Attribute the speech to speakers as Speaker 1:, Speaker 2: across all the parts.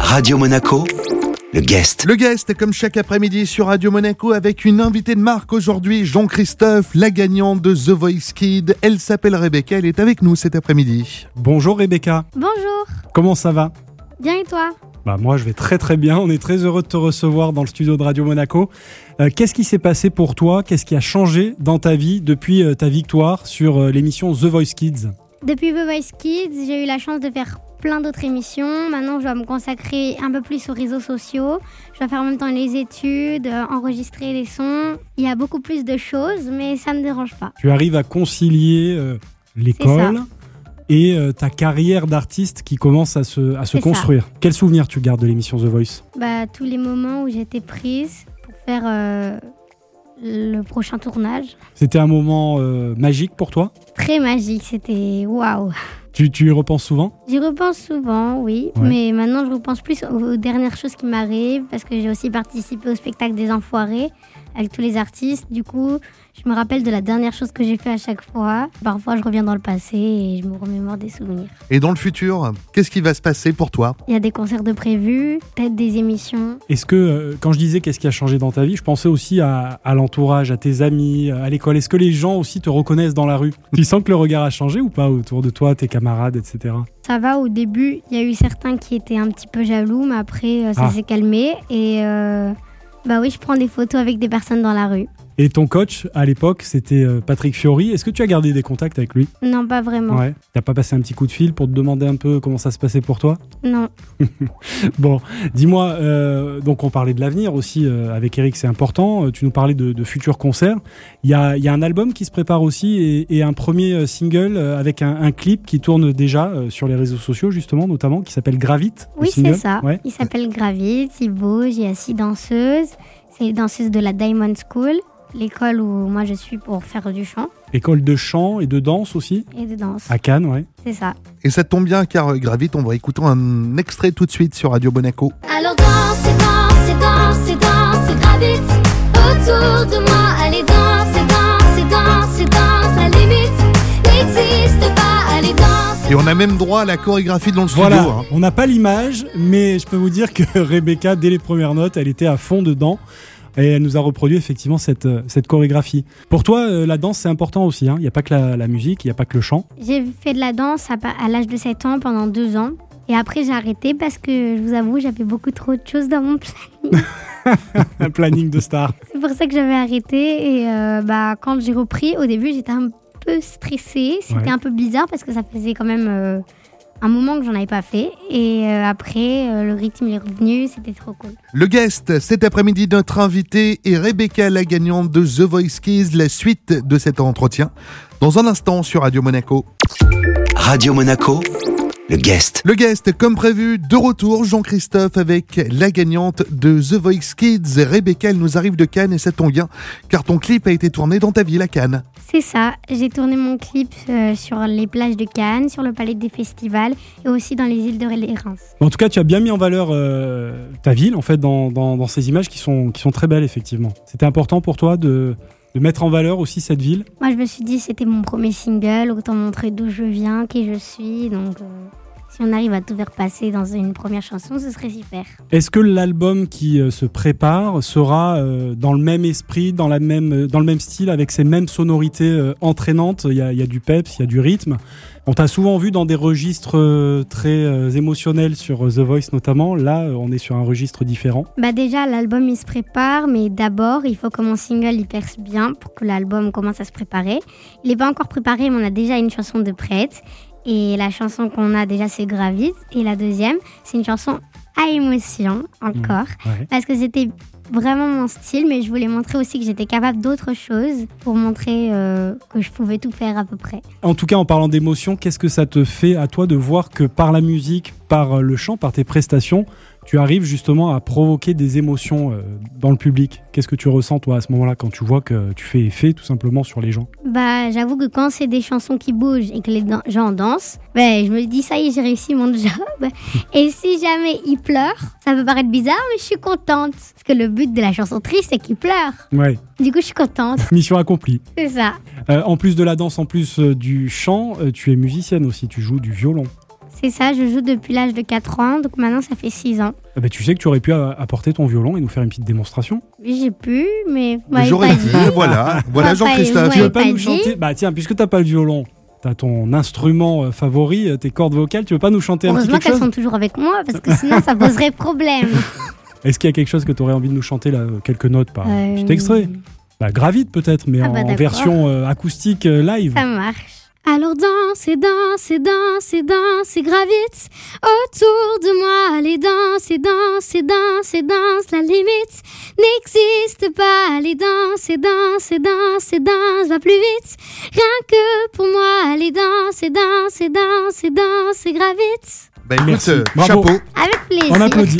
Speaker 1: Radio Monaco, le guest.
Speaker 2: Le guest est comme chaque après-midi sur Radio Monaco avec une invitée de marque aujourd'hui, Jean-Christophe, la gagnante de The Voice Kid. Elle s'appelle Rebecca, elle est avec nous cet après-midi.
Speaker 3: Bonjour Rebecca,
Speaker 4: Bonjour,
Speaker 3: comment ça va
Speaker 4: bien et toi
Speaker 3: Bah moi je vais très très bien, on est très heureux de te recevoir dans le studio de Radio Monaco. Euh, Qu'est-ce qui s'est passé pour toi Qu'est-ce qui a changé dans ta vie depuis euh, ta victoire sur euh, l'émission The Voice Kids
Speaker 4: Depuis The Voice Kids, j'ai eu la chance de faire plein d'autres émissions. Maintenant, je dois me consacrer un peu plus aux réseaux sociaux. Je dois faire en même temps les études, euh, enregistrer les sons. Il y a beaucoup plus de choses, mais ça ne me dérange pas.
Speaker 3: Tu arrives à concilier euh, l'école et euh, ta carrière d'artiste qui commence à se, à se
Speaker 4: C'est ça.
Speaker 3: construire. Quel souvenir tu gardes de l'émission The Voice
Speaker 4: Bah, tous les moments où j'étais prise pour faire euh, le prochain tournage,
Speaker 3: C'était un moment euh, magique pour toi
Speaker 4: très magique, c'était waouh.
Speaker 3: tu, tu y repenses souvent
Speaker 4: J'y repense souvent, oui,
Speaker 3: Ouais.
Speaker 4: mais maintenant je repense plus aux aux dernières choses qui m'arrivent parce que j'ai aussi participé au spectacle des Enfoirés avec tous les artistes. Du coup, je me rappelle de la dernière chose que j'ai fait à chaque fois. Parfois, je reviens dans le passé et je me remémore des souvenirs.
Speaker 2: Et dans le futur, qu'est-ce qui va se passer pour toi
Speaker 4: Il y a des concerts de prévus, peut-être des émissions.
Speaker 3: Est-ce que, euh, quand je disais qu'est-ce qui a changé dans ta vie, je pensais aussi à, à l'entourage, à tes amis, euh, à l'école. Est-ce que les gens aussi te reconnaissent dans la rue Tu sens que le regard a changé ou pas autour de toi, tes camarades, etc.
Speaker 4: Ça va, au début, il y a eu certains qui étaient un petit peu jaloux, mais après, euh, ça
Speaker 3: Ah.
Speaker 4: s'est calmé. Et euh, bah oui, je prends des photos avec des personnes dans la rue.
Speaker 3: Et ton coach, à l'époque, c'était euh, Patrick Fiori. Est-ce que tu as gardé des contacts avec lui
Speaker 4: Non, pas vraiment.
Speaker 3: Ouais. T'as pas passé un petit coup de fil pour te demander un peu comment ça se passait pour toi
Speaker 4: Non.
Speaker 3: Bon, dis-moi, euh, donc on parlait de l'avenir aussi euh, avec Eric, c'est important. Euh, tu nous parlais de, de futurs concerts. Il y a, il y a un album qui se prépare aussi et, et un premier euh, single euh, avec un, un clip qui tourne déjà euh, sur les réseaux sociaux, justement, notamment, qui s'appelle Gravite. le
Speaker 4: Oui, c'est
Speaker 3: single.
Speaker 4: ça.
Speaker 3: Ouais.
Speaker 4: Il s'appelle Gravit, il bouge, il y a six danseuses. C'est les danseuses de la Diamond School, l'école où moi je suis pour faire du chant
Speaker 3: École de chant et de danse aussi,
Speaker 4: et de danse.
Speaker 3: à Cannes, ouais.
Speaker 4: C'est ça.
Speaker 2: Et ça tombe bien car euh, Gravite, on va écouter un extrait tout de suite sur Radio Monaco.
Speaker 5: Alors danse, danse, danse, danse, gravite autour de moi. Allez danse, danse, danse, danse, la limite n'existe pas. Allez danse.
Speaker 2: Et on a même droit à la chorégraphie dans le studio.
Speaker 3: Voilà,
Speaker 2: hein.
Speaker 3: on n'a pas l'image, mais je peux vous dire que Rebecca, dès les premières notes, elle était à fond dedans. Et elle nous a reproduit effectivement cette, euh, cette chorégraphie. Pour toi, euh, la danse, c'est important aussi. hein. Il n'y a pas que la, la musique, il n'y a pas que le chant.
Speaker 4: J'ai fait de la danse à, pa- à l'âge de 7 ans pendant deux ans. Et après, j'ai arrêté parce que je vous avoue, j'avais beaucoup trop de choses dans mon plan.
Speaker 3: Un planning de star.
Speaker 4: C'est pour ça que j'avais arrêté. Et euh, bah, quand j'ai repris, au début, j'étais un peu stressée. C'était
Speaker 3: Ouais.
Speaker 4: un peu bizarre parce que ça faisait quand même euh, un moment que j'en avais pas fait. Et euh, après, euh, le rythme il est revenu. C'était trop cool.
Speaker 2: Le guest cet après-midi, notre invité est Rebecca, la gagnante de The Voice Kids, la suite de cet entretien. Dans un instant sur Radio Monaco.
Speaker 1: Radio Monaco, le guest.
Speaker 2: Le guest, comme prévu, de retour, Jean-Christophe avec la gagnante de The Voice Kids, Rebecca, elle nous arrive de Cannes et ça tombe bien, car ton clip a été tourné dans ta ville à Cannes.
Speaker 4: C'est ça, j'ai tourné mon clip euh, sur les plages de Cannes, sur le palais des festivals et aussi dans les îles de Ré- Reims.
Speaker 3: En tout cas, tu as bien mis en valeur euh, ta ville, en fait, dans, dans- dans ces images qui sont, qui sont très belles, effectivement. C'était important pour toi de, de mettre en valeur aussi cette ville.
Speaker 4: Moi je me suis dit c'était mon premier single, autant montrer d'où je viens, qui je suis, donc euh, si on arrive à tout faire passer dans une première chanson, ce serait super.
Speaker 3: Est-ce que l'album qui euh, se prépare sera euh, dans le même esprit, dans, la même, euh, dans le même style, avec ces mêmes sonorités euh, entraînantes il y, a, il y a du peps, il y a du rythme. On t'a souvent vu dans des registres euh, très euh, émotionnels sur euh, The Voice notamment. Là, euh, on est sur un registre différent.
Speaker 4: Bah déjà l'album il se prépare, mais d'abord il faut que mon single il perce bien pour que l'album commence à se préparer. Il n'est pas encore préparé, mais on a déjà une chanson de prête. Et la chanson qu'on a déjà c'est Gravite. Et la deuxième c'est une chanson à émotion encore.
Speaker 3: Ouais.
Speaker 4: Parce que c'était vraiment mon style, mais je voulais montrer aussi que j'étais capable d'autres choses pour montrer euh, que je pouvais tout faire à peu près.
Speaker 3: En tout cas, en parlant d'émotion, qu'est-ce que ça te fait à toi de voir que par la musique, par euh, le chant, par tes prestations, tu arrives justement à provoquer des émotions euh, dans le public Qu'est-ce que tu ressens toi à ce moment-là quand tu vois que tu fais effet tout simplement sur les gens
Speaker 4: Bah, j'avoue que quand c'est des chansons qui bougent et que les dan- gens dansent, bah, je me dis ça y est, j'ai réussi mon job. Et si jamais ils pleurent, ça peut paraître bizarre, mais je suis contente. Parce que le but de la chanson triste, c'est qu'ils pleurent.
Speaker 3: Ouais,
Speaker 4: Du coup, je suis contente,
Speaker 3: mission accomplie.
Speaker 4: c'est ça.
Speaker 3: Euh, en plus de la danse, en plus euh, du chant, euh, tu es musicienne aussi, tu joues du violon.
Speaker 4: C'est ça, je joue depuis l'âge de 4 ans, donc maintenant ça fait 6 ans.
Speaker 3: Ah bah, tu sais que tu aurais pu euh, apporter ton violon et nous faire une petite démonstration.
Speaker 4: J'ai pu, mais bah, vous
Speaker 2: Mais
Speaker 4: m'avez
Speaker 2: J'aurais
Speaker 4: pas
Speaker 2: dit,
Speaker 4: dit.
Speaker 2: voilà, voilà
Speaker 4: Papa,
Speaker 2: Jean-Christophe.
Speaker 4: ouais.
Speaker 3: tu veux pas
Speaker 4: pas
Speaker 3: nous
Speaker 4: dit.
Speaker 3: chanter Bah tiens, puisque t'as pas le violon, t'as ton instrument euh, favori, euh, tes cordes vocales, tu veux pas nous chanter un petit
Speaker 4: Heureusement
Speaker 3: quelque
Speaker 4: qu'elles
Speaker 3: chose
Speaker 4: sont toujours avec moi, parce que sinon ça poserait problème.
Speaker 3: Est-ce qu'il y a quelque chose que t'aurais envie de nous chanter là, euh, quelques notes par un
Speaker 4: Euh,
Speaker 3: petit extrait Bah gravite peut-être, mais
Speaker 4: Ah
Speaker 3: en
Speaker 4: bah, d'accord.
Speaker 3: version euh, acoustique euh, live.
Speaker 4: Ça marche.
Speaker 5: Alors danse et danse et danse et danse et gravite autour de moi. Allez danse et danse et danse et danse. La limite n'existe pas. Allez danse et danse et danse et danse. Va plus vite, rien que pour moi. Allez danse et danse et danse et danse et gravite.
Speaker 2: Bah écoute,
Speaker 3: Merci.
Speaker 2: euh,
Speaker 3: Bravo.
Speaker 2: chapeau.
Speaker 4: Avec plaisir.
Speaker 3: On applaudit.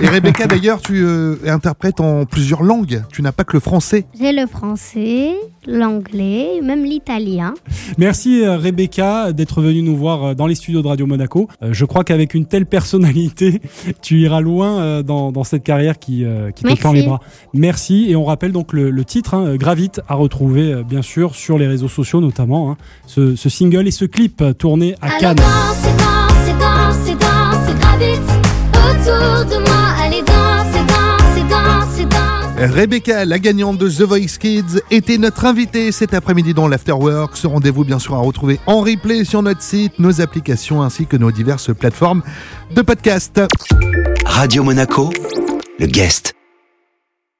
Speaker 2: Et Rebecca, d'ailleurs, tu euh, interprètes en plusieurs langues. Tu n'as pas que le français.
Speaker 4: J'ai le français, l'anglais, même l'italien.
Speaker 3: Merci euh, Rebecca d'être venue nous voir euh, dans les studios de Radio Monaco. Euh, Je crois qu'avec une telle personnalité, tu iras loin euh, dans, dans cette carrière qui, euh, qui te
Speaker 4: Merci.
Speaker 3: tend les bras. Merci et on rappelle donc le, le titre, hein, Gravite, à retrouver euh, bien sûr sur les réseaux sociaux notamment. hein. ce, ce single et ce clip euh, tourné à
Speaker 5: Alors
Speaker 3: Cannes.
Speaker 5: danse et danse et danse et danse et gravite autour de moi. Allez danse et danse et danse et danse.
Speaker 2: Rebecca, la gagnante de The Voice Kids, était notre invitée cet après-midi dans l'Afterwork. Ce rendez-vous, bien sûr, à retrouver en replay sur notre site, nos applications ainsi que nos diverses plateformes de podcast.
Speaker 1: Radio Monaco, le guest.